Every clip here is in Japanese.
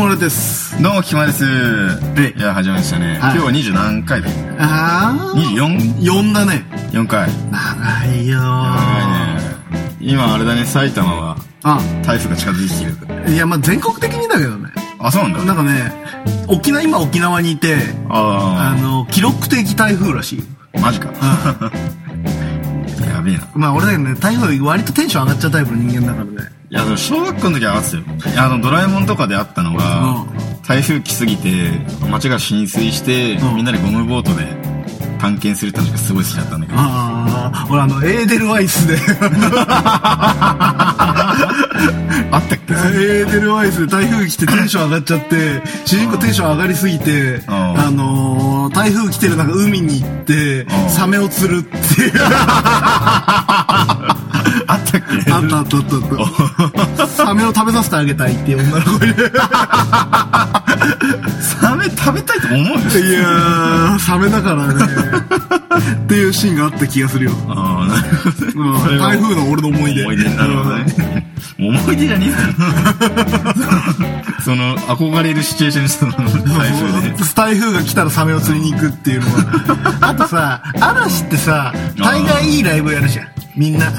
どうも、菊間です。で、いや、始まりましたね。はい今日は二十何回だああ。二十四呼んだね。四回。長いよー長いね。今、あれだね、埼玉はあ、台風が近づいてきてる。いや、まあ全国的にだけどね。あ、そうなんなだ。んかね、沖縄、今沖縄にいて、ああの、記録的台風らしい。あ、マジか。 やべえな。いまあ俺だけどね、台風割とテンション上がっちゃうタイプの人間だからね。や、でも小学校の時はあってたよ。あの、ドラえもんとかであったのがう、台風来すぎて、街が浸水して、うんみんなでゴムボートで探検するってのがすごい好きだったんだけど。ああ、俺あの、エーデルワイスで、あったっけエーデルワイスで台風来てテンション上がっちゃって、主人公テンション上がりすぎて、んあのー、台風来てる中海に行って、んサメを釣るっていう。 あったっけあったあったあったあった。サメを食べさせてあげたいっていう女の子いる。サメ食べたいと思うでしょいやー、サメだから ね。っていうシーンがあった気がするよ。ああ、なるほどね。うんそれは台風の俺の思い出。思い出になるほどね。思い出じゃねえだろ その、憧れるシチュエーションにその、うん台風で。台風が来たらサメを釣りに行くっていうの は。あとさ、嵐ってさ、大概いいライブやるじゃん。みんな。あ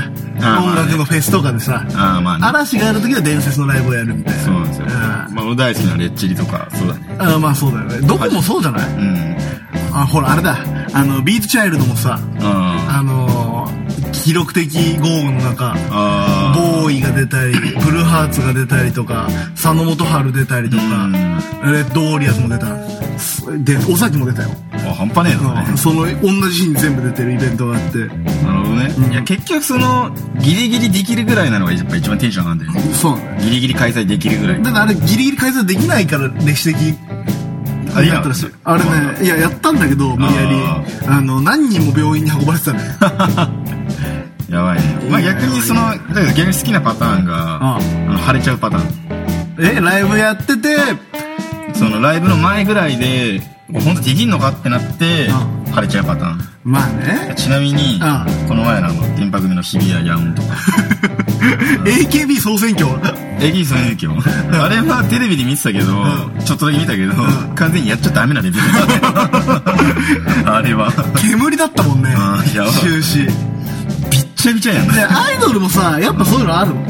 ー音楽のフェスとかでさ。 ああ、まあね。嵐がある時は伝説のライブをやるみたいな。そうなんですよ。あまあ、俺大好きなレッチリとか、そうだね。あーまあそうだよね。どこもそうじゃない、うん。あ、ほらあれだ。あの、ビートチャイルドもさ、ああのー、記録的豪雨の中、あ。あボーイが出たり、ブルーハーツが出たりとか、佐野元春出たりとかうん、レッドオーリアスも出た。すで、尾崎も出たよ。あ。あ半端ねえうな。んその、同じ日に全部出てるイベントがあって。なるほどね。いや、結局その、ギリギリできるぐらいなのがやっぱ一番テンション上がるんだよね。そうなんだよ。ギリギリ開催できるぐらい。だからあれギリギリ開催できないから歴史的あだったらしい。あれね、いや、やったんだけど、無理やりあ。あの、何人も病院に運ばれてたのよ。やばいね。まあ逆にその、だけど逆に好きなパターンが、あああの、晴れ ちゃうパターン。え、ライブやってて、そのライブの前ぐらいで、本当できんのかってなって、う晴れちゃうパターン。まあね、ちなみに、うんこの前のあの、電波組の日比谷ヤウンとか、 AKB 総選挙。エギーソンユキあれはテレビで見てたけど、ちょっとだけ見たけど、完全にやっちゃダメな レベルだった。あれは、煙だったもんねあーやばい終始でびっちゃびちゃやん。いアイドルもさやっぱそういうのあるの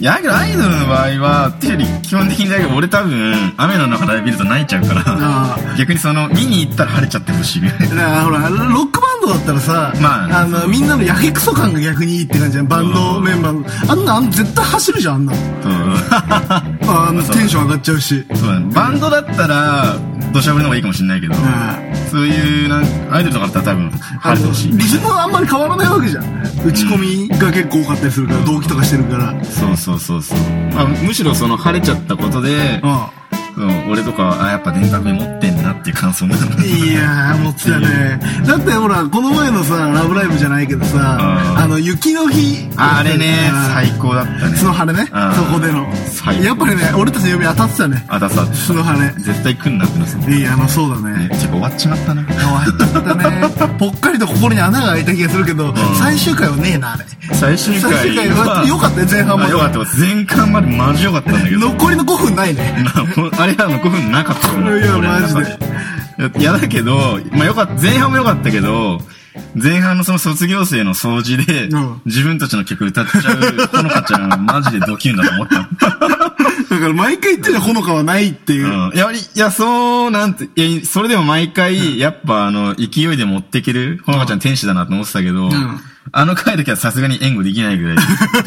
や、だけどアイドルの場合は、っていうより基本的にだけど、俺多分、雨の中ライブ見ると泣いちゃうからあ、逆にその、見に行ったら晴れちゃってほしい。 だからほらロックバンドだったらさ、まあのみんなのやけくそ感が逆にいいって感じじゃんバンドメンバーのあんなあんな絶対走るじゃんあんなのうんあのテンション上がっちゃうしそうだね。バンドだったら、土砂降りの方がいいかもしれないけど、そういう、なんアイドルとかだったら多分、あ晴れてのほリしい。ズムはあんまり変わらないわけじゃん打ち込みが結構多かったりするから同期とかしてるからそうそうそうそう。まあ、むしろその晴れちゃったことで、うそう俺とかは、あ、やっぱ電卓目持ってんなっていう感想も。んいやー持ってたねだってほらこの前のさ「ラブライブ!」じゃないけどさあーあの雪の日 ああれねあ、ー最高だったね。スノハレね、うんそこでの最。高やっぱりね、俺たちの呼び当たってたね、あ、ださ、スノハレ。絶対来んなってなってたねいや、まあそうだね。てか終わっちまったな。終わっちゃった ね。ぽっかりと心に穴が開いた気がするけど、最終回はねえな、あれ。最終回は。最終回は良かったよ前半まも。で良かったわ。前半までマジ良かったんだけど。残りの5分ないね。 あれはの5分なかったと思ういや俺の中マジでいやだけど、まあ、よかった前半も良かったけど前半のその卒業生の掃除で、うん自分たちの曲歌っちゃうほのかちゃんマジでドキュンだと思っただから毎回言ってるほのかはないっていう。うん、いや、いや、そう、なんて、いや、それでも毎回、やっぱ、あの、勢いで持ってける、ほのかちゃん天使だなと思ってたけど、あの回だけはさすがに援護できないぐらい、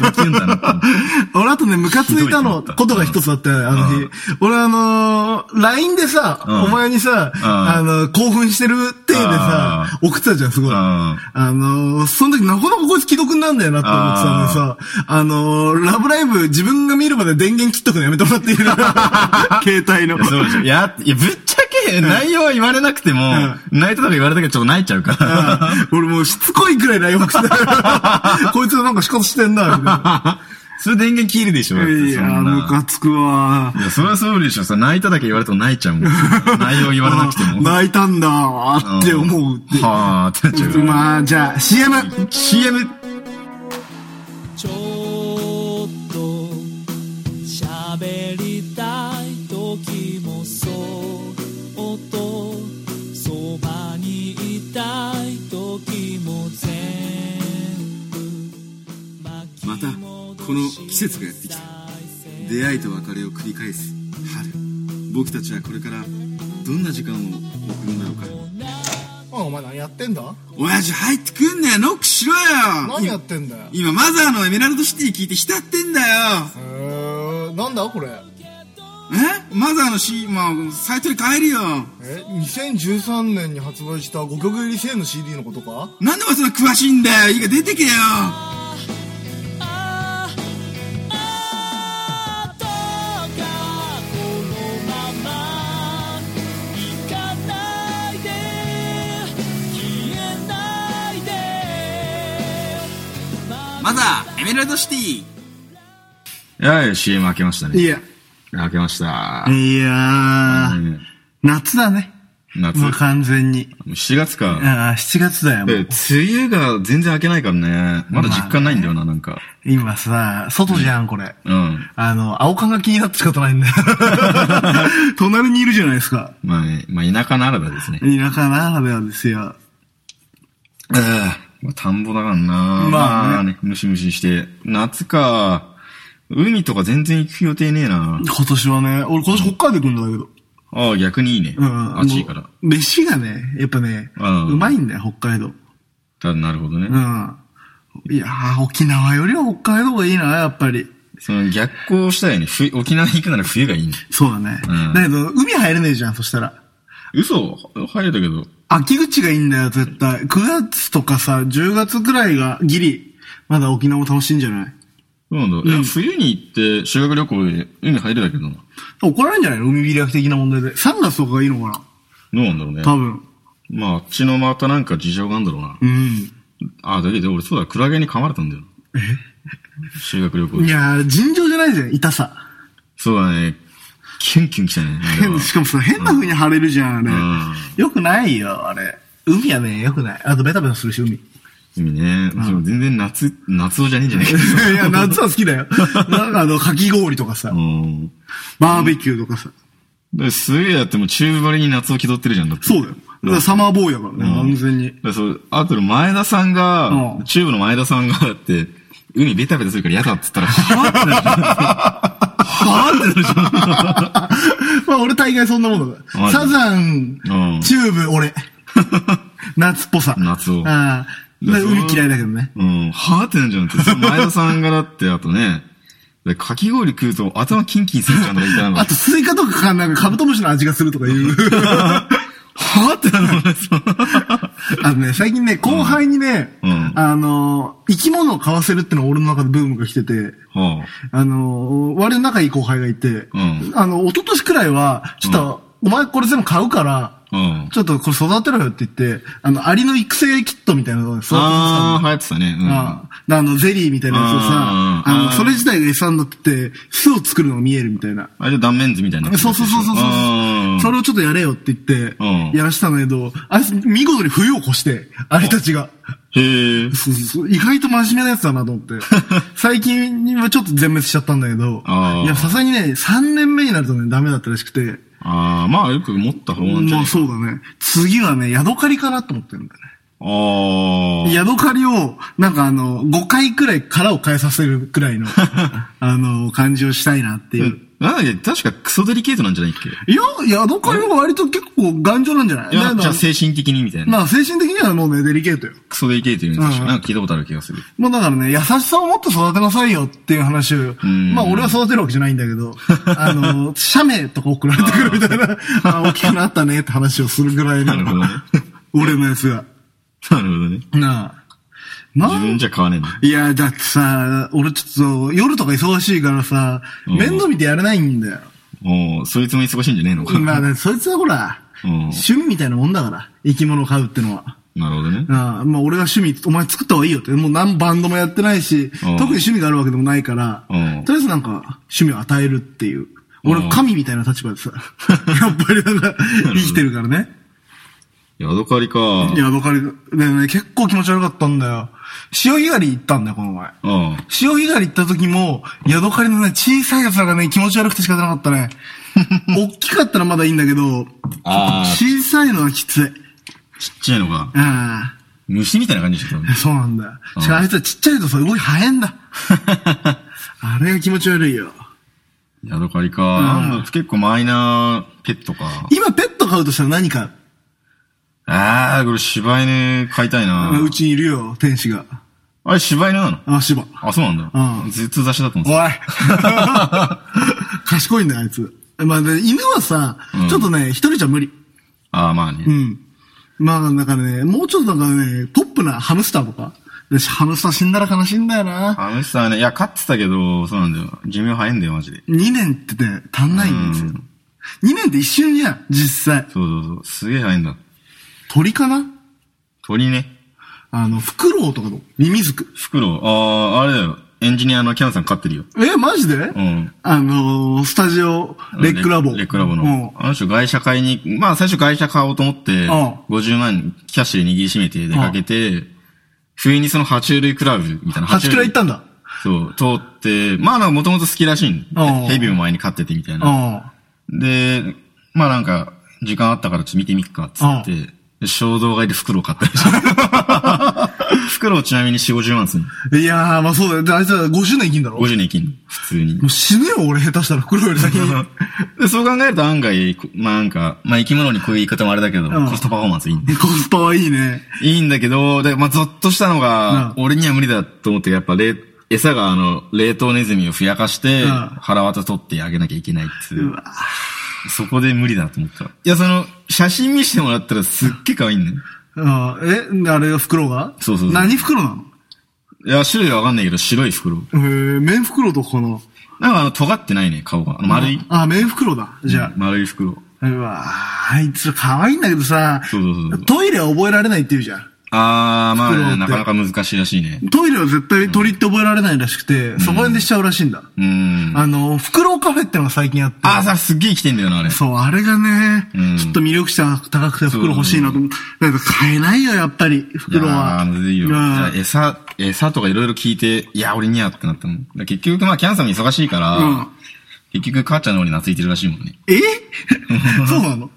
ドキュンだなと 思って。俺あとね、ムカついたの、ひどいと思ったことが一つあって、あの日。俺あのー、LINE でさ、うんお前にさ、んあのー、興奮してる手でさあ、送ってたじゃん、すごい。うんあのー、その時なかなかこいつ既読になんだよなって思ってたんでさ、あのー、ラブライブ自分が見るまで電源切っとくのやめてもらってい い携帯のいや。そうでしょ。いや、いや、ぶっちゃけ、内容は言われなくても、泣いたとか言われたけど、ちょっと泣いちゃうから。俺もうしつこいくらい LINE 送って たこいつなんか仕方してんな、みたいそれ電源切るでしょ。だってな。い そやんー、ムなカつくわーいや、それはそうでしょ。さ、泣いただけ言われると泣いちゃ うもん。内容言われなくても。泣いたんだーって思うって。はぁーってなっちゃう。まあ、じゃあ、CM! CM! ちょっと喋りたい時もそ季節がやってきた出会いと別れを繰り返す春僕たちはこれからどんな時間を送るんだろうかあ、お前何やってんだ親父入ってくんなよノックしろよ何やってんだよ。今マザーのエメラルドシティ聞いて浸ってんだよえー、なんだこれ。えマザーのシーン、まあ、サイトに変えるよえ、2013年に発売した5曲入り1000の CD のことかなんでお前そんな詳しいんだよいいから出てけよああどうかこのまま行かないで消えないでマザーエメラルドシティはい、CM 開けましたね。や。開けました。いやうー、ん夏だね。夏。もうも完全に。う7月か。ああ、7月だよ、もでう梅。雨が全然開けないからね。まだ実感ないんだよな、なんか。今さ、外じゃん、これ。うん。あの、青缶が気になって仕方ないんだよ。隣にいるじゃないですか。まあね、まあ田舎ならばですね。田舎ならではですよ。まあ、田んぼだからなままああねね、ムシムシして。夏か。海とか全然行く予定ねえな今年はね、俺今年北海道行くんだけど。ああ、逆にいいね。うん。暑いから。もう飯がね、やっぱね、うんうまいんだよ、北海道。ただ、なるほどね。うん。いやー、沖縄よりは北海道がいいな、やっぱり。その逆行したよね。ふ沖縄行くなら冬がいいね。そうだね。うんだけど、海入れねえじゃん、そしたら。嘘入れたけど。秋口がいいんだよ、絶対。9月とかさ、10月ぐらいがギリ。まだ沖縄も楽しいんじゃないそうなんだ。いや冬に行って修学旅行で海入れたけどな。ど怒られんじゃないの海開き的な問題で。3月とかがいいのかなうなんだろうね。多分。まあ、あっちのまたなんか事情があるんだろうな。うん。あ、だけど俺そうだ、クラゲに噛まれ たんだよ。修学旅行いで。やー、尋常じゃないぜ、痛さ。そうだね。キュンキュン来たね。あれは変、しかもさ、変な風に腫れるじゃん、あれうん。よくないよ、あれ。海はね、よくない。あとベタベタするし、海。 い海ね。でも全然夏、夏男じゃねえんじ ゃないか。や、夏は好きだよ。なんかあの、かき氷とかさう、ん。バーベキューとかさ。で、すげえやってもチューブ張りに夏を気取ってるじゃん、だって。そうだよ。だからサマーボーイだからね、うん完全に。だそう、あとの前田さんが、うんチューブの前田さんが、だって、海ベタベタするから嫌だって言ったら、はぁってなるじゃん。はぁってなるじ まあ、俺大概そんなものだマ。ジサザン、うんチューブ、 俺。夏っぽさ。夏をああ。だから海嫌いだけどね。ゃん。うん、はぁってなるじゃんって。その前田さんがだって、あとね、でかき氷食うと頭キンキンするちゃんとか言ってなんかあと、スイカとかかなんかカブトムシの味がするとか いう。はぁってなるのねあのね、最近ね、後輩にね、うんあのー、生き物を買わせるってのが俺の中でブームが来てて、そう。はあのー、我の仲いい後輩がいて、んあの、一昨年くらいは、ちょっと、お前これ全部買うから、ぁ。うん。ちょっとこれ育てろよって言って、あの、アリの育成キットみたいなのを育ててたの。あー、流行ってたね。うん。あああの、ゼリーみたいなやつをさ、ああーあの、ーそれ自体が餌になってて、巣を作るのが見えるみたいな。あれで断面図みたいになってるそうそうそうそうそうあー。それをちょっとやれよって言ってうん、やらしたんだけど、あいつ見事に冬を越して、あれたちが。へえ。そうそうそう意外と真面目なやつだなと思 って。最近はちょっと全滅しちゃったんだけどあー、いや、さすがにね、3年目になるとね、ダメだったらしくて。ああ、まあよく持った方なんじゃまないあそうだね。次はね、ヤドカリかなと思ってるんだね。ああ。ヤドカリを、なんかあの、5回くらい殻を変えさせるくら いの、あの、感じをしたいなっていう。なんだっけ、確かクソデリケートなんじゃないっけいや、ヤドカリは割と結構頑丈なんじゃないいや、だからじゃあ精神的にみたいな。まあ精神的にはもうね、デリケートよ。クソデリケート言うんですうよ。んなんか聞いたことある気がする。もうだからね、優しさを持って育てなさいよっていう話を、んまあ俺は育てるわけじゃないんだけ ど、あの、写メとか送られてくるみたいな、あ大きくなったねって話をするぐらいのなるほどね、 俺のやつが。なるほどね。なあ。な自分じゃ買わねえんだ。いや、だってさ、俺ちょっと夜とか忙しいからさ、うん面倒見てやれないん だよ。もう、そいつも忙しいんじゃねえのか。まあね、そいつはほら、うん趣味みたいなもんだから、生き物を飼うってのは。なるほどね。ああまあ俺が趣味、お前作った方がいいよって。もう何バンドもやってないし、特うんに趣味があるわけでもないから、うんとりあえずなんか趣味を与えるっていう。うん俺神みたいな立場 でさ、やっぱりなんか生きてるからね。ヤドカリか。いや、ばかり、でね、結構気持ち悪かったんだよ。潮干狩り行ったんだよ、この前。うん。潮干狩り行った時も、ヤドカリのね、小さいやつらがね、気持ち悪くて仕方なかった ね。大きかったらまだいいんだけど、あー小さいのはきつい。ちっちゃいのか。ああ。虫みたいな感じでしょ、多分 そうなんだよ。しかもあいつはちっちゃいとさ、動き早いんだ。あれが気持ち悪いよ。ヤドカリか。なんだ結構マイナーペットか。今ペット飼うとしたら何か、あー、これ柴犬飼いたいなう。ちにいるよ、天使が。あれ柴犬なのあ、芝。あ、そうなんだ。うんずっと雑誌だと思っおてたい 賢いんだよ、あいつ。まあ、で犬はさ、うんちょっとね、一人じゃ無理。あー、まあね。うん。まあ、なんかね、もうちょっとなんかね、ポップなハムスターとか。でハムスター死んだら悲しいんだよな。あの人はね、いや、飼ってたけど、そうなんだよ。寿命早いんだよ、マジで。 2年ってね、足んないんですよう。 2年って一瞬じゃん、実際。そうそうそう。すげえ早いんだ。鳥かな鳥ね。あの、フクロウとかのミミズク。フクロウ。あー、あれだよ。エンジニアのキャンさん飼ってるよ。。え、マジでうんあのー、スタジオ、レックラボ。レックラボうのん。。あの人外車買いに、まあ最初外車買おうと思って、50万キャッシュで握りしめて出かけて、不意にその爬虫類クラブみたいな。 8くらい行ったんだ。だ。そう、通って、まあなんかもともと好きらしいんうん。ヘビも前に飼っててみたいな。うで、まあなんか、時間あったからちょっと見てみっか、つってう。で衝動買いで袋を買ったりした。 袋をちなみに4、50万するの。ん。いやー、まあそうだよ。であいつら50年生きんだろも50年生きんの。普通にう。死ぬよ、俺下手したらフクロウより先に。 でそう考えると案外、こまあなんか、まあ生き物にこういう言い方もあれだけど、んコストパフォーマンスいいんで。コスパはいいね。いいんだけど、で、まあゾッとしたのが、う俺には無理だと思って、やっぱ冷、餌があの、冷凍ネズミをふやかして、うん腹渡取ってあげなきゃいけないっていううわそこで無理だと思った。いや、その、写真見せてもらったらすっげえ可愛いんだよ。あーえ、あれがフクロウがそうそうそう何フクロウなのいや、種類はわかんないけど、白い袋。えー、メンフクロウとかかななんかあの、尖ってないね、顔が。あの丸い。あ、メンフクロウだ。じゃ丸い袋。あ。うわーあいつら可愛いんだけどさそうそうそうそう、トイレは覚えられないって言うじゃん。あー、まあ袋っね、てなかなか難しいらしいね。トイレは絶対鳥って覚えられないらしくて、そこら辺でしちゃうらしいんだ。うーん。あの、フクロウカフェってのが最近あって。あー、さ、すっげえ生きてんだよな、あれ。そう、あれがね、うんちょっと魅力値が高くて袋欲しいなと思った。なんか買えないよ、やっぱり、袋は。あむずいうよ。じんゃあ餌、餌とかいろいろ聞いて、いや、俺にはってなったの。だから結局、まあ、キャンさんも忙しいから、うん結局、母ちゃんの方に懐いてるらしいもんね。え そうなの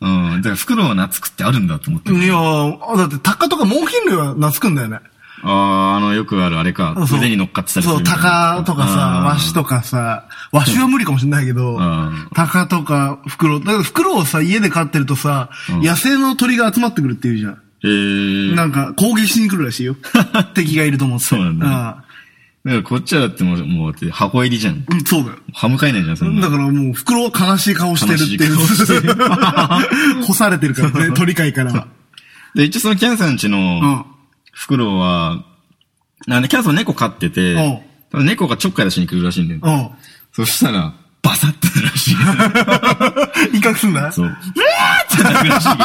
うん。だから、袋は懐くってあるんだと思って。いやーだって、タカとか猛禽類は懐くんだよね。ああ、あの、よくある、あれか。そう腕に乗っかってたりするそう、みたいタなカとかさ、ワシ。とかさ、ワシは無理かもしれないけどん、タカとかフクロウ、だからフクロウをさ、家で飼ってるとさ、うん野生の鳥が集まってくるっていうじゃん。ええー。なんか、攻撃しに来るらし いよ。敵がいると思って。そうなんだあだから、こっちはだってもう、もう、だって箱入りじゃん。あうん、そうだよ。歯向かいないじゃん、そんな。だからもう、袋は悲しい顔してるっていう。悲しい顔干されてるからね、鳥界からは。で、一応そのキャンさんちうのん。袋は、あの、キャンさん猫飼ってて、うんただ猫がちょっかい出しに来るらしいんだよ。うそしたら、バサってなるらしい。ん。威嚇すんだそう。うわーってなるらしいけど。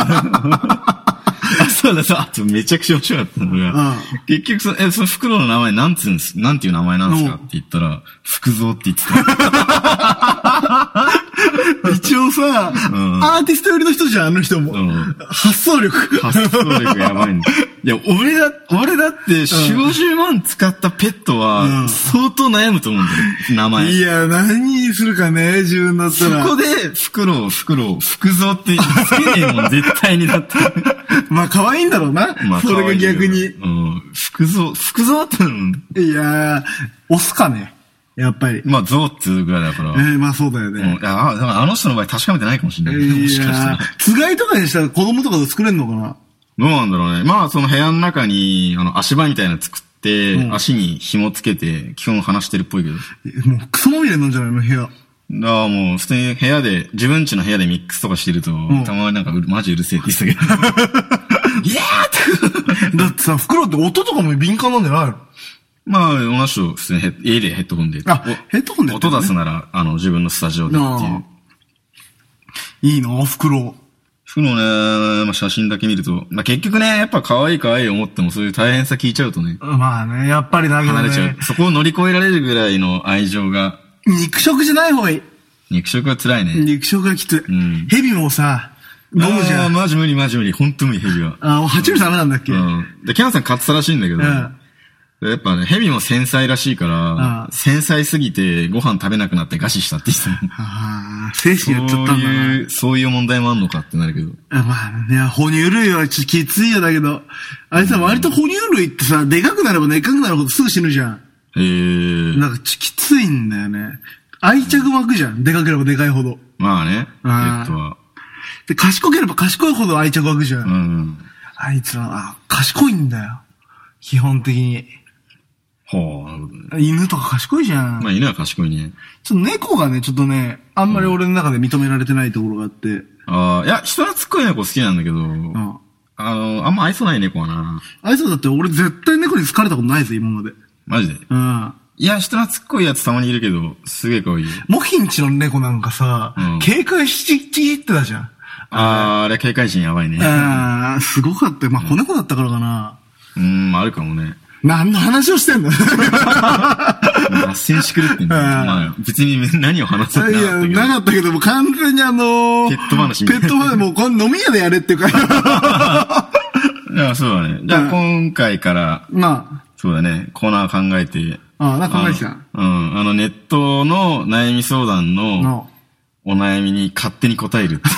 あそうだ、そう。あとめちゃくちゃ面白かったのが、うん結局その、え、その袋の名前なんつうんす、なんていう名前なんですかって言ったら、福蔵って言ってた。一応さ、んアーティスト寄りの人じゃん、あの人も。うん発想力。発想力やばいね。いや、俺だ、俺だって、四五十万使ったペットうんは、相当悩むと思うんだよ、名前。いや、何にするかね、自分だっそたら。こで、袋を、袋を、福蔵ってつけねえもん、絶対にだって。まあ、可愛いんだろうな。まあそれが逆に。可愛いけどうん。福蔵、福蔵ってのもいやー、押すかね。やっぱり。まあ、象っつうぐらいだから。えー、まあそうだようんね。いやあだからあの人の場合確かめてないかもしれない。もいしかしたやーら。、つがいとかにしたら子供とかで作れんのかなどうなんだろうね。まあ、その部屋の中に、あの、足場みたいなの作って、うん足に紐つけて、基本話してるっぽいけど。えもう、クソまみれなんじゃないの部屋。だからもう、普通に部屋で、自分家の部屋でミックスとかしてると、んたまになんかうる、マジうるせえって言って たけど。いやーって。だってさ、袋って音とかも敏感なんじゃないの まあ、同じ人、普通にヘッ家でヘッドホンで。あおヘッドホンでやって音るのね出すなら、あの、自分のスタジオでっていあう。いいな、袋。服のね、まあ、写真だけ見ると、まあ、結局ね、やっぱ可愛い可愛い思ってもそういう大変さ聞いちゃうとね、まあね、やっぱりだけど離れちゃう。ね。そこを乗り越えられるぐらいの愛情が、肉食じゃない方がいい。肉食は辛いね。肉食がきついん。蛇もさ、飲むじあゃーん。マジ無理マジ無理。本当無理、ヘビは。あ、爬虫類ダメなんだっけうん。で、キャンさん買ってたらしいんだけど、うやっぱね、ヘビも繊細らしいから、うん繊細すぎてご飯食べなくなって餓死したって人も。ああ、精そ神やっちゃったうんだな。いう、そういう問題もあんのかってなるけど。まあ、いや、哺乳類はちょっときついよだけど、あれさ、割と哺乳類ってさ、でかくなればでかくなるほどすぐ死ぬじゃん。えー、なんかち、きついんだよね。愛着湧くじゃん。でかければでかいほど。まあね、あーペットは。で、賢ければ賢いほど愛着湧くじゃん。うん。あいつは、あ賢いんだよ。基本的に。ほう、なるほどね。犬とか賢いじゃん。まあ犬は賢いね。ちょっと猫がね、ちょっとね、あんまり俺の中で認められてないところがあって。ああ、いや、人懐っこい猫好きなんだけど、うん。あの、あんま愛想ない猫はな。あいつはだって俺絶対猫に好かれたことないぞ、今まで。マジで。うん。いや、人懐っこいやつたまにいるけど、すげえ可愛い。モヒンチの猫なんかさ、うん警戒しちぎってたじゃん。あー、あれ警戒心やば いね。あー、すごかったよ。まあ、子猫だったからかな。うーん、あるかもね。何の話をしてんの い脱線しくるってんだよ。うんまあ、別に何を話そうってなや、かな。かっったけどたけど、もう完全にあのー、ペット話みペたいなット話、もうこの飲み屋でやれっていう か。いや、そうだね。じゃあ、今回から、まそうだね、コーナー考えて。あ、ああ、なんか考えてた。あのうん、あの、ネットの悩み相談ののお悩みに勝手に答えるって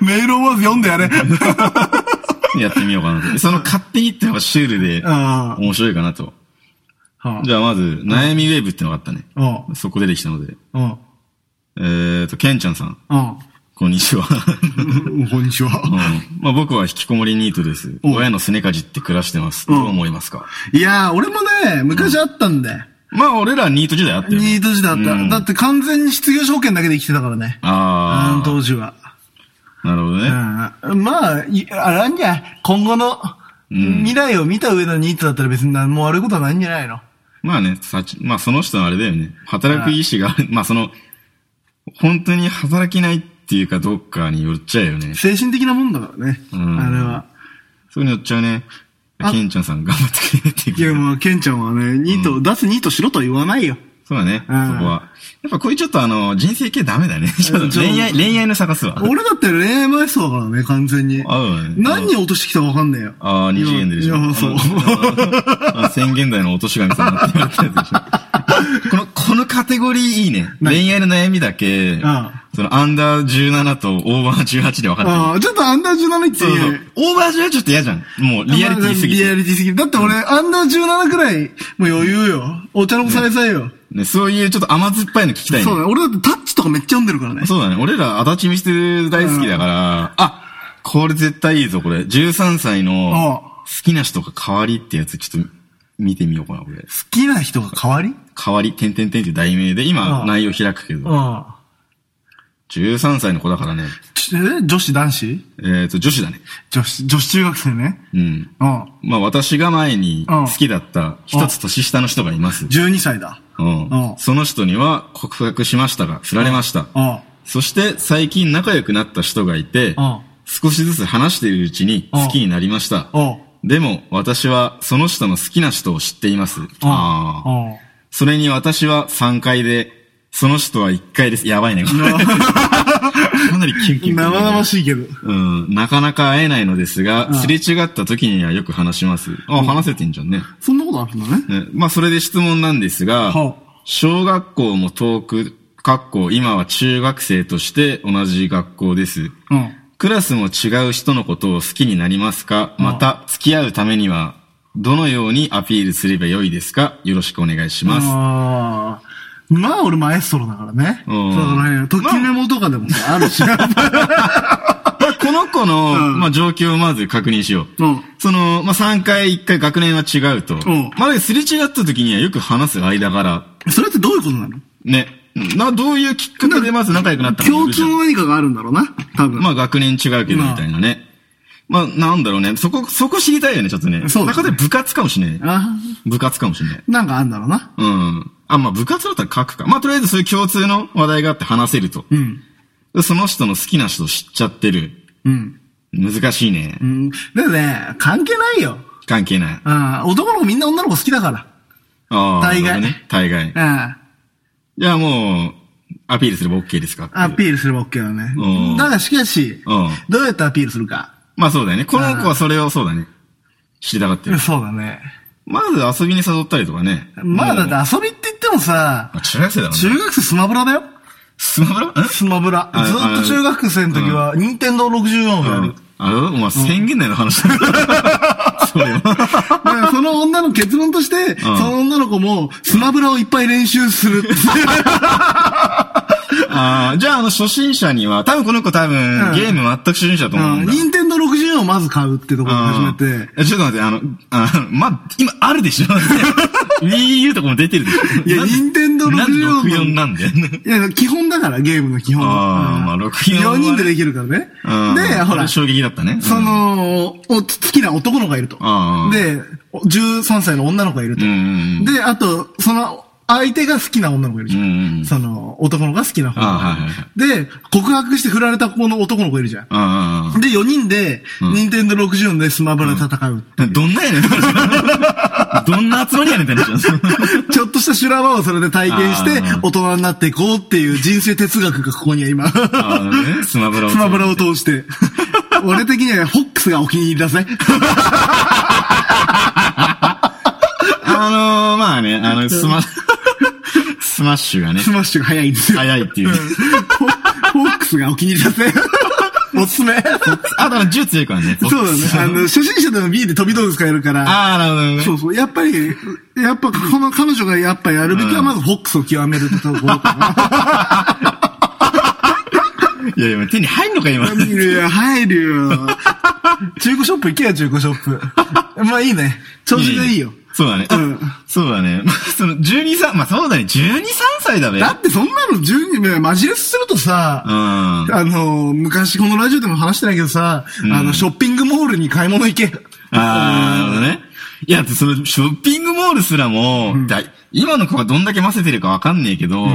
メールをまず読んでやれ。 いうやってみようかなと。その勝手にってのがシュール であ面白いかなと。あ。はあじゃあ、まず、悩みウェーブってのがあったね。うん。そこ出てきたので。うん。えーと、ケンちゃんさん、うん。こんにちは。うんこんにちうんは。 まあ、僕は引きこもりニートです。お親のすねかじって暮らしてます。どう思いますかいやー、俺もね、昔あったんだよ。まあ、俺らニート時代あったよね。ニート時代あった。うんだって完全に失業証券だけで生きてたからね。あのあ当時は。あ、なるほどね。うん。まあ、いあれなんじゃない今後の、未来を見た上のニートだったら別に何も悪いことはないんじゃないのまあね、さち、まあその人のあれだよね。働く意思がある。まあその、本当に働けないっていうかどうかによっちゃうよね。精神的なもんだからね。うんあれは。そういうのよっちゃうね。あケンちゃんさん頑張ってくれっていういや、まあ、ケンちゃんはね、ニート、出すニートしろとは言わないよ。そうだね、うんそこは。やっぱこういうちょっとあの、人生系ダメだね。 ちょっと恋愛、恋愛の探すわ。俺だって恋愛前そうだからね、完全に。合うわね何に落としてきたかわかんねえよ。ああ、二次元ででしょ。いやそうあのあの宣言台の落とし神様って言われ たやつでしょ。この、このカテゴリーいいね。恋愛の悩みだけ、あそのアンダー17とオーバー18で分かれてる。ああ、ちょっとアンダー17ってそう言えそよう。オーバージュはちょっと嫌じゃん。もうリアリティすぎリアて。リティすぎる。だって俺、アンダー17くらい、もう余裕よ。お茶の子されさえよ。ね、そういうちょっと甘酸っぱいの聞きたいね。そうだね。俺だってタッチとかめっちゃ読んでるからね。そうだね。俺ら、足立みしてる大好きだから、あ、これ絶対いいぞ、これ。13歳のあ好きな人が変わりってやつ、ちょっと見てみようかな、これ。好きな人が変わり変わり、てんてんてんっていう題名で、あ今あ内容開くけど、あ。 13歳の子だからね、ちえ女子男子えっと、女子だね。女子、女子中学生ね。うん。うん。まあ私が前にああ好きだった一つ年下の人がいます。 12歳だ。うんああその人には告白しましたが、振られました。うん。そして最近仲良くなった人がいてうん、少しずつ話しているうちに好きになりました。うん。でも私はその人の好きな人を知っています。あうあん。それに私は3回で、その人は1回です。やばいね、これ。 かなりキュンキュン。生々しいけど。 うん、なかなか会えないのですが、すれ違った時にはよく話します。あ、話せてんじゃんね。そんなことあるんだね。ねまあ、それで質問なんですがはあ、小学校も遠く、かっこ今は中学生として同じ学校です。うん。クラスも違う人のことを好きになりますかまた、付き合うためには、どのようにアピールすればよいですかよろしくお願いします。ああ。まあ俺マエストロだからね。うそんうだね。ときメモとかでもさ、あ るし。この子の、うんまあ、状況をまず確認しよう。うん。その、まあ、3回、1回学年は違うと。んまあ、ですれ違った時にはよく話す間柄。それってどういうことなのね。な、どういうきっかけでまず仲良くなったの共通の何かがあるんだろうな。多分。まあ、学年違うけど、まあみたいなね。まあ、なんだろうね。そこ、そこ知りたいよね、ちょっとね。そうだね中で部活かもしれない。あ部活かもしれない。ーなんかあるんだろうな。うん。あ、まあ、部活だったら書くか。まあ、とりあえずそういう共通の話題があって話せると。うん。でその人の好きな人知っちゃってる。うん。難しいねう。ん。だよね、関係ないよ。関係ない。ああ、男の子みんな女の子好きだから。ああ。大概なるほどね。大概。あじゃあもう、アピールすれば OK ですかっていうあ、アピールすれば OK だねうん。だがしかしうん、どうやってアピールするか。まあそうだよね。この子はそれをそうだね。知りたがってる。そうだね。まず遊びに誘ったりとかね。まあだって遊びって言ってもさまあ、、中学生だもん中ね。学生スマブラだよ。スマブラんスマブラ。あずっと中学生の時は、任天堂64をやる。 あれお前、宣言内の話だ。そうよ。だからその女の結論として、その女の子もスマブラをいっぱい練習するって。あーじゃあ、あの、初心者には、多分この子多分、うんゲーム全く初心者だと思うんだ。任天堂64をまず買うってところから始めて、うんちょっと待って、あの、あま、今あるでしょ ?Wii U とかも出てるでしょいやなんで任天堂64なんで64のなんだよね。いや、基本だから、ゲームの基本。あーうんまあ64は4人でできるからね。で、ほら、そ衝撃だったね。うん、の、お好きな男の子がいると。あーで、お13歳の女の子がいるとうん。うんうんで、あと、その、相手が好きな女の子がいるじゃん。うんうんその、男の子が好きな方、あはいはいはで、告白して振られた子の男の子いるじゃん。あーで、4人で、ん任天堂64でスマブラで戦う。あーどんなや ねん。どんな集まりやねんって話な んですよ ちょっとした修羅場をそれで体験してあー、大人になっていこうっていう人生哲学がここには今。あのねスマブラを。スマブラを通して。俺的にはホックスがお気に入りだぜ。あのー、まあね、あの、スマ、 スマッシュがね、スマッシュが早いんですよ。早いっていう。ホホックスがお気に入りだぜ。 おすすめ。あ、だから銃強いからね。 そうだね。あの、初心者でも B で飛び道具使えるから。ああ、なるほどね。そうそう。やっぱり、やっぱ、この彼女がやっぱやるべきは、まずホックスを極めるってところかいやいや、手に入んのか、今。な。いや、入るよ。中古ショップ行けよ、中古ショップ。まあいいね。調子がいいよ。 そうだね。うんそうだね。まあ、その、12歳、まあそうだね、12、3歳だね。だってそんなの12ね、マジレスするとさう、ん。あの、昔このラジオでも話してないけどさ、あの、ショッピングモールに買い物行け。ああ、なるほどね。いや、だってその、ショッピングモールすらも、だ今の子がどんだけ混ぜてるかわかんねえけど、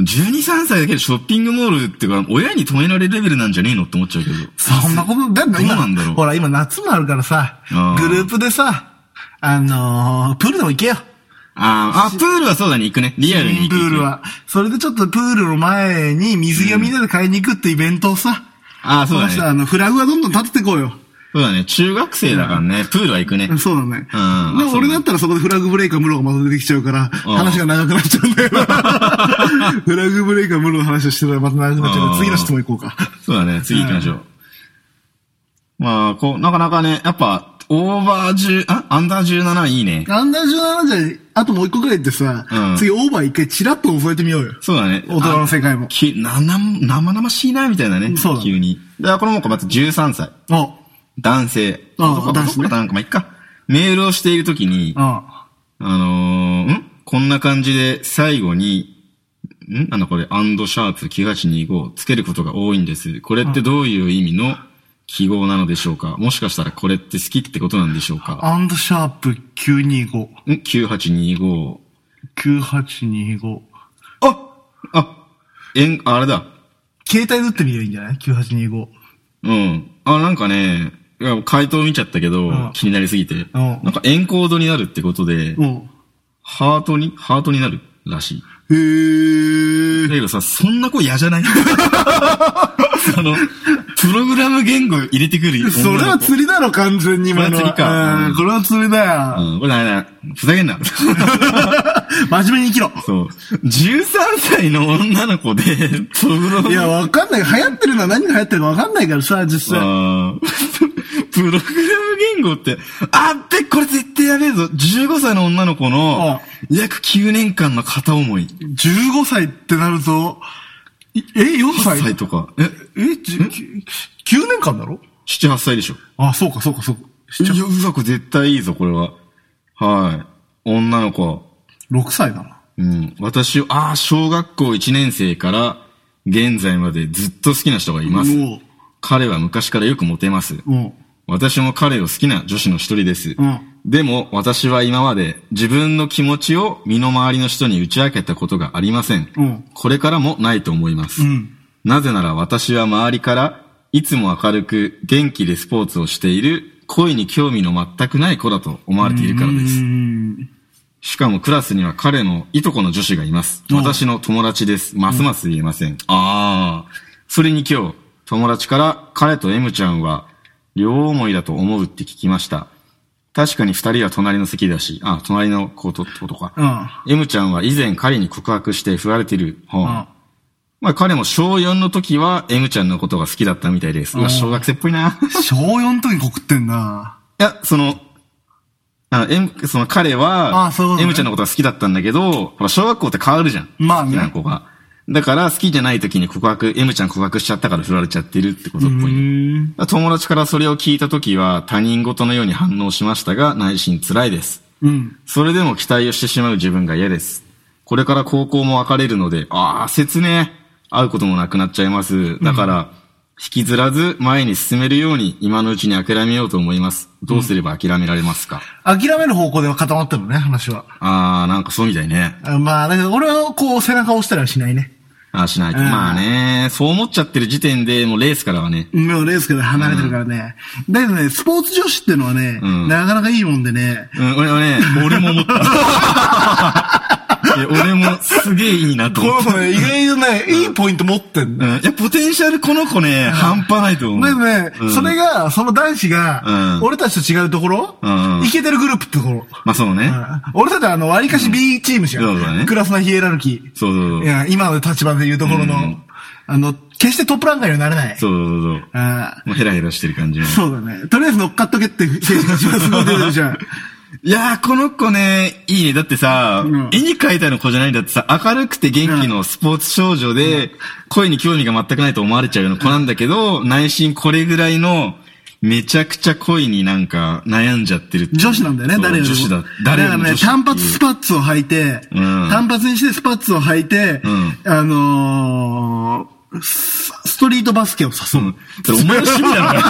12、3歳だけでショッピングモールっていうか、親に止められるレベルなんじゃねえのって思っちゃうけど。そんなこと、だってどう今なんだろうほら、今夏もあるからさうん、グループでさ、あのー、プールでも行けよ。あーあ、プールはそうだね、行くね。リアルに行く。プール。は。それでちょっとプールの前に水着をみんなで買いに行くってイベントをさ、ああ、そうだこの人あね。の、フラグはどんどん立ててこうよ。そうだね。中学生だからね、プールは行くね。そうだね。うんであもそう俺だったらそこでフラグブレイカームロがまた出てきちゃうから、話が長くなっちゃうん だよ。フラグブレイカームロの話をしてたらまた長くなっちゃうかうら、ん次の質問行こうか。そうだね、次行きましょう。まあ、こう、なかなかね、やっぱ、オーバー10、あ、アンダー17いいね。アンダー17じゃない、あともう一個くらいってさ、うん次オーバー一回チラッと覚えてみようよ。そうだね。大人の世界もあきな、な、生々しいな、みたいなね。そうだ急に。だからこの子まず13歳。あ、男性。あ男男男子ね性。なんかまあ、いっか。メールをしているときに、ああ、のー、んこんな感じで最後に、んあの、これ、アンドシャープ9825つけることが多いんです。これってどういう意味の記号なのでしょうかもしかしたらこれって好きってことなんでしょうかアンドシャープ925、ん ?9825。 9825。ああ、えん、あれだ。携帯打ってみればいいんじゃない ?9825。うん。あ、なんかね、いや回答見ちゃったけど、ん気になりすぎて。なんかエンコードになるってことで、うん。ハートに、ハートになるらしい。へーだ。けどさ、そんな子嫌じ ゃないその、プログラム言語入れてくる女の子。それは釣りだろ、完全に今のは。これは釣りかうんこれは釣りだよ。うん、これだめだ。ふざけ んな。真面目に生きろ。そう。13歳の女の子で、プログラムいや、わかんない。流行ってるのは何が流行ってるかわかんないからさ、実際。あー プログラム言語って、あって、これ絶対やべえぞ。15歳の女の子の、約9年間の片思い。 15歳ってなると、いえ、4歳歳とか。え、え、じゅ9年間だろ7、8歳でしょ。あ、そうか、そうか、そうか。いや、うわ、これ絶対いいぞ、これは。はい。女の子。 6歳だな。うん。私を、ああ、小学校1年生から、現在までずっと好きな人がいます。も彼は昔からよくモテます。う、も私も彼を好きな女子の一人です。うんでも私は今まで自分の気持ちを身の回りの人に打ち明けたことがありません。うんこれからもないと思います。んなぜなら私は周りからいつも明るく元気でスポーツをしている恋に興味の全くない子だと思われているからです。しかもクラスには彼のいとこの女子がいます。私の友達です。ますます言えません。ああ。それに今日、友達から彼と M ちゃんは両思いだと思うって聞きました。確かに二人は隣の席だし、あ、隣の子と、ことか。う、う M ちゃんは以前彼に告白して振られてる。はあうんまあ彼も小4の時は M ちゃんのことが好きだったみたいです。うわ小学生っぽいな。ん。小4の時に告ってんな。や、その、あの、M、その彼あはそういうこと、ね M ちゃんのことが好きだったんだけど、ほら、小学校って変わるじゃん。まあね好きな子が。だから、好きじゃない時に告白、M ちゃん告白しちゃったから振られちゃってるってことっぽいね。ん。友達からそれを聞いた時は、他人事のように反応しましたが、内心辛いです。うん。それでも期待をしてしまう自分が嫌です。これから高校も別れるので、ああ、説明。会うこともなくなっちゃいます。だから、引きずらず前に進めるように今のうちに諦めようと思います。どうすれば諦められますか、諦める方向では固まったのね、話は。ああ、なんかそうみたいね。あまあ、だけど俺はこう背中を押したりはしないね。ああ、しないと。うんまあね、そう思っちゃってる時点で、もうレースからはね。もうレースから離れてるからね。だけどね、スポーツ女子ってのはね、うんなかなかいいもんでね。うん、俺はね、俺も 思った。いや俺もすげえいいなとこ思のった。子ね、意外とね、いいポイント持ってんうだ。ん、いや、ポテンシャルこの子ね、半端ないと思う。だけどね、うんそれが、その男子がう、ん俺たちと違うところ、うんいけてるグループってところ。まあそうね。俺たちはあの、割かし B チームじゃそうだん。ねクラスのヒエラルキー。そうそうそう。いや、今の立場で言うところの、うんあの、決してトップランカーにはなれない。そうそうそうそう。あもうヘラヘラしてる感じのー。そうだね。とりあえず乗っかっとけって政治が一番すごい出てるじ ゃん。 いやー、この子ね、いいね。だってさ、うん絵に描いてある子じゃないんだってさ、明るくて元気のスポーツ少女で、恋に興味が全くないと思われちゃうような子なんだけど、内心これぐらいの、めちゃくちゃ恋になんか悩んじゃってるっていう女子なんだよね、そう誰よりも。女子だ。誰よだかりもら女ね、子っていう単発スパッツを履いて、うん単発にしてスパッツを履いて、うんあのー、スストリートバスケを誘う。それお前の趣味なの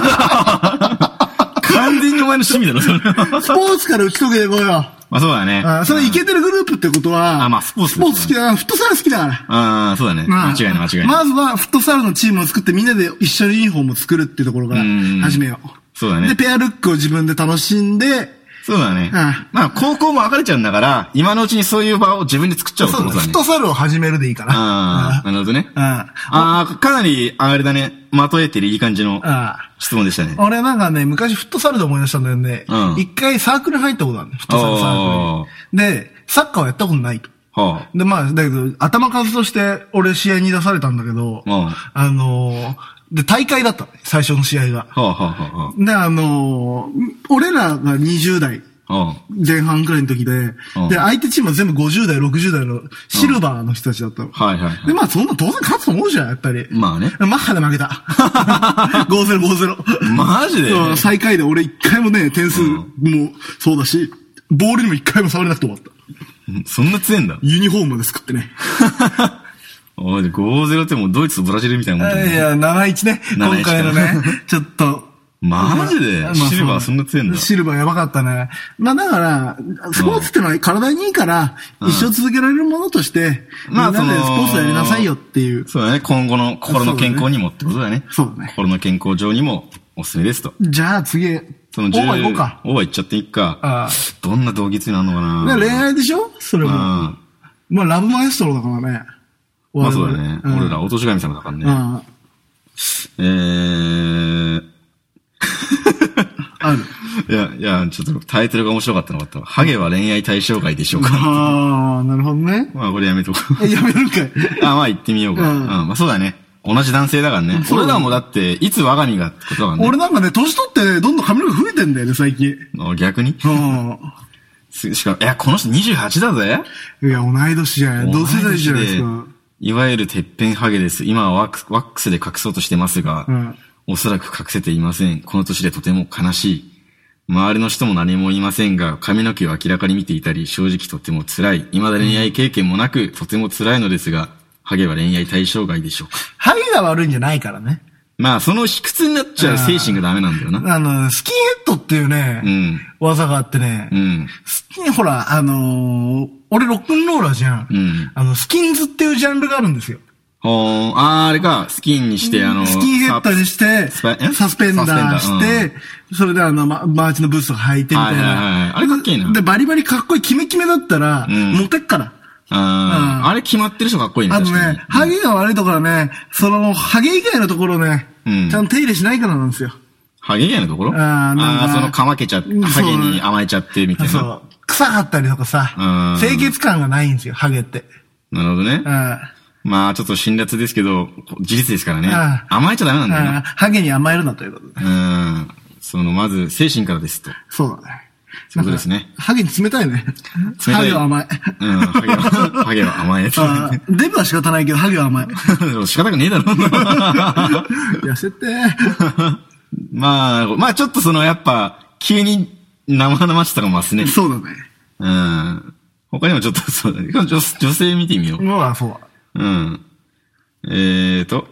か完全にお前の趣味だろ、それ。スポーツから打ち解けてこいよ。まあそうだね。あーそれいけてるグループってことは、あまあスポーツスポーツ好きだから、フットサル好きだから。ああ、そうだね。間違いない間違いない。まずは、フットサルのチームを作って、みんなで一緒にユニフォームを作るってところからうん始めよう。そうだねで、ペアルックを自分で楽しんで、そうだね。うんまあ、高校も別れちゃうんだから、今のうちにそういう場を自分で作っちゃおうってそうことだねフだねッ。トサルを始めるでいいから。ああ、なるほどね。あああ、かなり、あれだね、まとえてるいい感じのあ質問でしたね。俺なんかね、昔フットサルで思い出したんだよねうん。一、回サークル入ったことあるの。フットサルサークルに。で、サッカーはやったことないと。はで、まあ、だけど、頭数として俺試合に出されたんだけど、うんあのーで、大会だったのね、最初の試合が。あ、はあ、はあ、はで、あのー俺らが20代あ、は前半くらいの時で、んで、相手チームは全部50代、60代のシルバーの人たちだったの。あ。はいはいはいで、。まあ、そんな当然勝つと思うじゃん、やっぱり。まあねマッハで負けた。5-0、5-0。マジでそう最下位で俺一回もね、点数もそうだし、ボールにも一回も触れなくて終わった。うんそんな強いんだ。ユニフォームまで作ってね。おい、5-0ってもうドイツとブラジルみたいなもんだいね。や、7-1ね。 7-1今回のね か、ちょっと。マジでまあシルバーそんな強いんだシルバーやばかったね。まあだから、スポーツってのは体にいいから、一生続けられるものとして、まあみんなでそスポのーツをやりなさいよっていう。そうだね。今後の心の健康にもってことだね。そうだね心の健康上にもおすすめですと。じゃあ次、そのオーバー行こうか。オーバーいっちゃっていいああか。どんな動機つになるのかだからな恋愛でしょそれうも。ん。まあラブマエストロだからね。まあそうだね。我々俺ら、。落とし神様だからうんうね。ん。えー、ある。いや、いや、ちょっとタイトルが面白かったのがあったわハゲは恋愛対象外でし ょうか。ああ、なるほどね。まあこれやめとこう。えやめるん かい。あ、まあ行ってみようか。ううんん、まあそうだね。同じ男性だからね。そうだね俺らもだって、いつ我が身がってことだから俺ね。なんかね、年取ってね、どんどん髪の毛増えてんだよね、最近。あ逆にうすしかも、いや、この人28だぜ。ん。いや、同い年じゃん。同世代じゃないです同いか年。でいわゆるてっぺんハゲです。今はワックスワックスで隠そうとしてますが、うんおそらく隠せていません。この年でとても悲しい。周りの人も何も言いませんが、髪の毛を明らかに見ていたり、正直とても辛い。未だ恋愛経験もなく、とても辛いのですが、ハゲは恋愛対象外でしょうか。ハゲが悪いんじゃないからね。まあ、その卑屈になっちゃう精神がダメなんだよな。あの、スキンヘッドっていうね、うん技があってね、うん。スキン、ほら、あのー俺ロックンローラーじゃん,、うんあの、スキンズっていうジャンルがあるんですよ。ほーん、あーあれか、スキンにして、あの、スキンヘッドにして、サスペえサスペンダーサスしペンダーて、それであの、ま、マーチのブースを履いてみたいはいはいはいはいな。あれかっけえなで、バリバリかっこいい、キメキメだったら、んモテっから。あうんーあれ決まってる人かっこいいね。あと確かにね、ハゲが悪いところはね、その、ハゲ以外のところね、うんちゃんと手入れしないからなんですよ。ハゲ以外のところあーなんかあーそのかまけちゃって、うんハゲに甘えちゃって、みたいそな。う。臭かったりとかさうん、清潔感がないんですよ、ハゲって。なるほどねう。ん。まあ、ちょっと辛辣ですけど、事実ですからねあ。甘えちゃダメなんうだよんな。ハゲに甘えるなということで。うん。その、まず、精神からですと。そうだね。そういうことですねなんかハゲに冷たいね。冷ハたいゲは甘い。 うん、ハゲは、ハゲは甘いやつ。あーデブは仕方ないけど、ハゲは甘い。仕方がねえだろ。痩せて。まあ、まあちょっとその、やっぱ、急に生々しさが増す ね。そうだね。うん。他にもちょっと、そうだね。女女性見てみよう。まあ、そうだ。うん。えーと、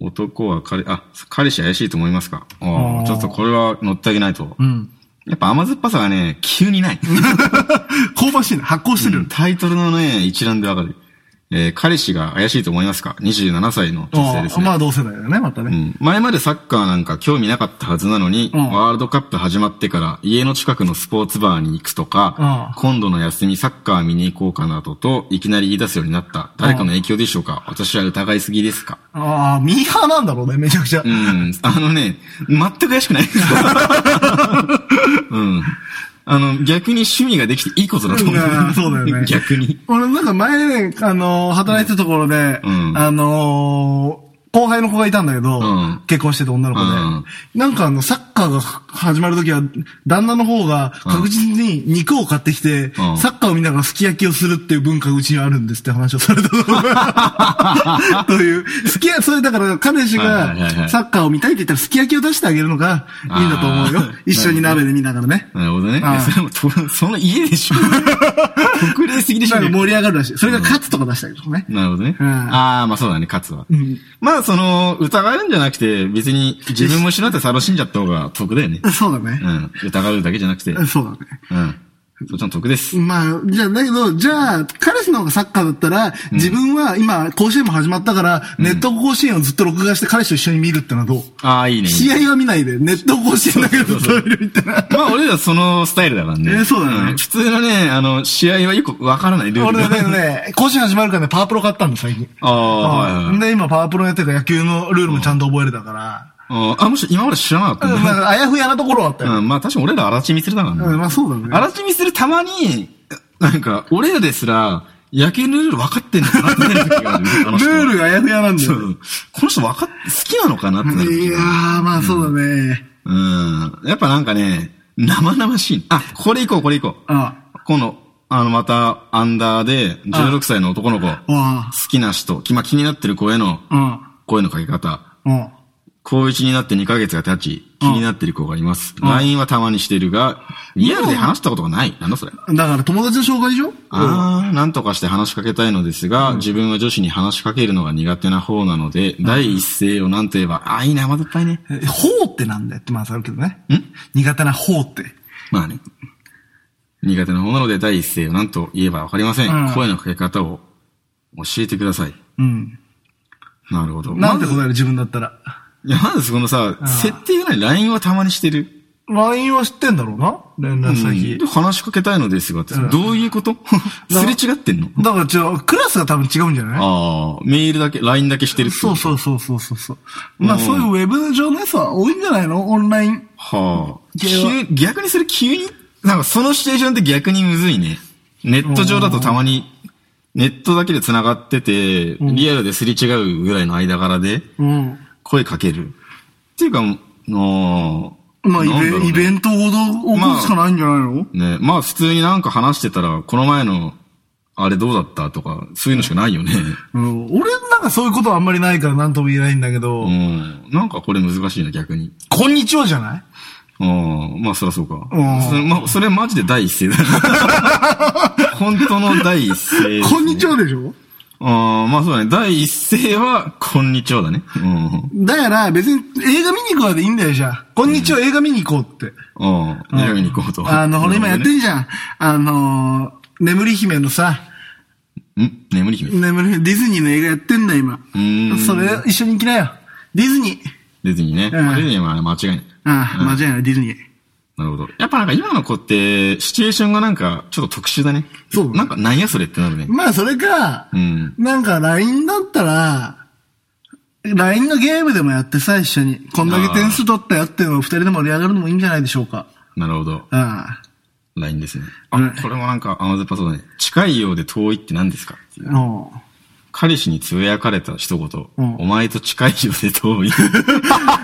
男は彼、あ、彼氏怪しいと思いますかああーあ、ちょっとこれは乗ってあげないと。うん。やっぱ甘酸っぱさがね、急 にない。香ばしいね。発酵してる。タイトルのね、一覧でわかる。えー彼氏が怪しいと思いますか ?27 歳の女性ですね。まあ、同世代だよね、またうね。ん、前までサッカーなんか興味なかったはずなのに、うんワールドカップ始まってから家の近くのスポーツバーに行くとか、う今度の休みサッカー見に行こうかなどと、いきなり言い出すようになった。誰かの影響でしょうか、私は疑いすぎですかああ、ミーハーなんだろうね、めちゃくちゃ。うん。あのね、全く怪しくない ですよ。うん。あの、逆に趣味ができていいことだと思うう。んそうだよね 逆に。俺なんか前ね、あのー働いてたところで、うんあのー後輩の子がいたんだけど、うん結婚してた女の子で、うんなんかあの、サッカーが始まるときは、旦那の方が確実に肉を買ってきて、うんサッカーを見ながらすき焼きをするっていう文化がうちにあるんですって話をさ れたのという、すき焼き、それだから彼氏はいはいはいはがいサッカーを見たいって言ったらすき焼きを出してあげるのがいいんだと思うよあー。一緒に鍋で見ながらね。なるほどね。いああやそれもと、その家で しょ。特例すぎでしなょん。か盛り上がるらしい。それがカツとか出したりとかね。なるほどね。うんああ、まあそうだね、勝つは。んまあその、疑うんじゃなくて、別に自分も死なって楽しんじゃった方が得だよね。そうだねう。ん。疑うだけじゃなくて。う ん。そうだね。そっちの得です。まあ、じゃあ、だけど、じゃあ、彼氏の方がサッカーだったら、自分は今、甲子園も始まったから、ネット甲子園をずっと録画して彼氏と一緒に見るってのはどうああ、いいね。いいね試合は見ないで、ネット甲子園だけどずっと見るみたいな。まあ俺らそのスタイルだからね。えーそうだねん普通のね、あの、試合はよくわからないルール俺が。だよね、甲子園始まるからね、パワープロ買ったんだ、最近。 ああ、はいはいで、今パワープロやってるから野球のルールもちゃんと覚えれたから。あーあ、むしろ今まで知らなかったなんね。か、あやふやなところはあったよ。うん、まあ確かに俺ら荒地見せるだからね。うんまあそうだね。荒地見せるたまに、なんか、俺らですら、野球のルール分かってんのかなってなる時があるねあルの人 ールがあやふやなんだそよ。う。この人分かっ、好きなのかなってなる。いやー、まあそうだね。うん。やっぱなんかね、生々しい。あ、これ行こう、これ行こう。あ今度、あの、また、アンダーで、16歳の男の子、好あ、きな人、きまあ気になってる子へのうん、声のかけ方。うん。高1になって2ヶ月が経ち、気になってる子がいます。ん LINE はたまにしてるが、リアルで話したことがない。なんだそれ。だから友達の紹介でしょああ、なんとかして話しかけたいのですが、自分は女子に話しかけるのが苦手な方なので、第一声をなんと言えば、ああ、いいな、甘酸っぱいね。え方ってなんだよってまああるけどね。ん苦手な方って。まあね。苦手な方なので、第一声をなんと言えばわかりません。うん声のかけ方を教えてください。うん。なるほど。なんてまず答える自分だったら。いや、まずそのさ、設定がない LINE はたまにしてる。 LINE は知ってんだろうな連絡うんで話しかけたいのですがって、どういうこと すれ違ってんのだから違う、クラスが多分違うんじゃないああ、メールだけ、LINE だけしてるってことそうそうそうそうそうそう。まあうんそういうウェブ上のやつは多いんじゃないのオンライン。はあ。では急、逆にそれ急になんかそのシチュエーションって逆にむずいね。ネット上だとたまに、ネットだけで繋がってて、リアルですれ違うぐらいの間柄で、うん。声かける。っていうか、のまあイベ,、イベンントほど起こすしかないんじゃないの、ト。ね、まあ普通になんか話してたら、この前の、あれどうだったとか、そういうのしかないよね。うん、俺なんかそういうことはあんまりないから何とも言えないんだけど、うん。なんかこれ難しいな、逆に。こんにちはじゃないうん。まあ、そりゃそうか。うんそれまあ、それはマジで第一声だ。 本当の第一声です、ね。こんにちはでしょああ、まあそうだね。第一声は、こんにちはだね。うん。だから別に映画見に行こうでいいんだよじゃあ。こんにちは、映画見に行こうって。うん。悩みに行こうと。あの、ほら今やってんじゃん。あのー、眠り姫のさ、ん眠り姫。眠り姫、ディズニーの映画やってんだ今ーん。それ一緒に行きなよ。ディズニー。ディズニーね。うんまあディズニーは間違いない。ああ、間違いない、ディズニー。なるほど。やっぱなんか今の子って、シチュエーションがなんか、ちょっと特殊だね。そうなんか、なんやそれってなるね。まあそれか、うん。なんか LINE だったら、LINE のゲームでもやってさ、一緒に。こんだけ点数取ったよっていうのを二人で盛り上がるのもいいんじゃないでしょうか。なるほど。ああ。ラインですね。うんあ、これもなんか甘酸っぱそうだね。近いようで遠いって何ですかっていうおう彼氏に呟かれた一言、うんお前と近いよね、 遠い。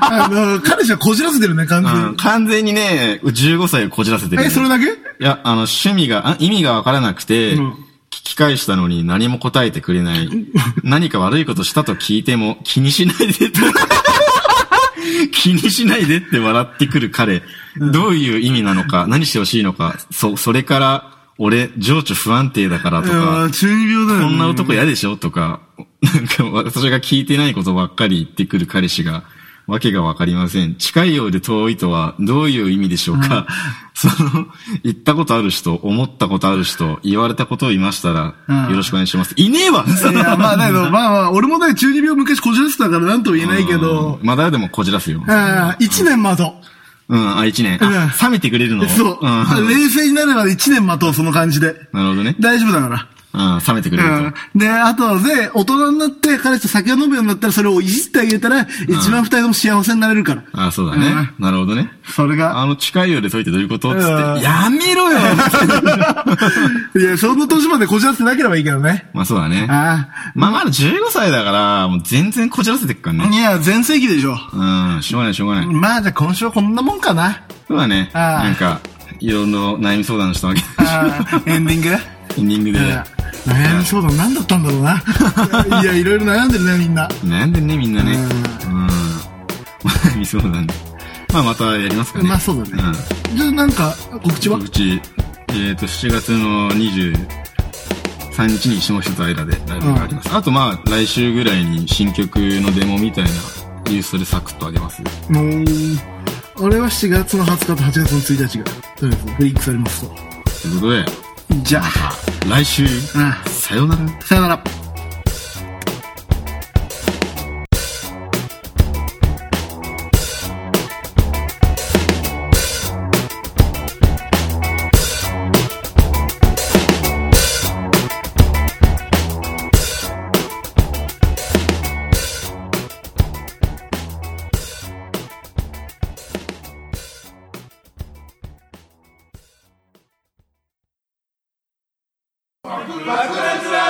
あの、彼氏はこじらせてるね、完うん全完全にね、15歳をこじらせてる、に。え、それだけいや、あの、趣味が、あ意味がわからなくて、うん聞き返したのに何も答えてく れない。何か悪いことしたと聞いても気にしないでって。 気にしないでって笑ってくる彼。どういう意味なのか、何してほしいのか、そ、それから、俺、情緒不安定だからといかや、中二病だよね。こんな男嫌でしょとか、なんか私が聞いてないことばっかり言ってくる彼氏が、わけがわかりません。近いようで遠いとはどういう意味でしょうか、 その、言ったことある人、思ったことある人、言われたことを言いましたら、うんよろしくお願いします。いねえわいや、まあだけど、まあまあ、俺もね、中二病昔こじらせてたからなんとも言えないけどうん、まだでもこじらすよ。ああ、一年待とうん、あ、一年。あう冷めてくれるのう。そう。ん冷静になれば一年待とう、その感じで。なるほどね。大丈夫だから。うん、冷めてくれると。うん。で、あとで、大人になって彼氏と酒を飲むようになったらそれをいじってあげたら、一番二人とも幸せになれるから。あ、そうだね。なるほどね。それが、あの、近いようで遠いってどういうことうつって、んやめろよ いや、その年までこじらせてなければいいけどね。 まあそうだね。あまあまだ15歳だから、もう全然こじらせてっからあ。ね。いや、全盛期でしょ。うん、しょうがないしょうがない。まあじゃあ今週はこんなもんかな。そうだね。ああなんか、いろいろ悩み相談したわけ。 ああ、エンディングエンディングで。悩み相談何だったんだろう な。いや、いろいろ悩んでるね、みんな。悩んでんね、みんなね。うん。 悩み相談ね。まあまたやりますかね。まあそうだね。じゃあなんか、告知うはん。告知、えっと、7月の23日に下人と間でライブがあります。あとまあ、来週ぐらいに新曲のデモみたいな、ユーストでサクッとあげます。もう、俺は7月の20日と8月の1日が、とりあえず、フリークされますと。ということで、じゃあ、来週、あさようなら。さよなら。爆裂ラジオ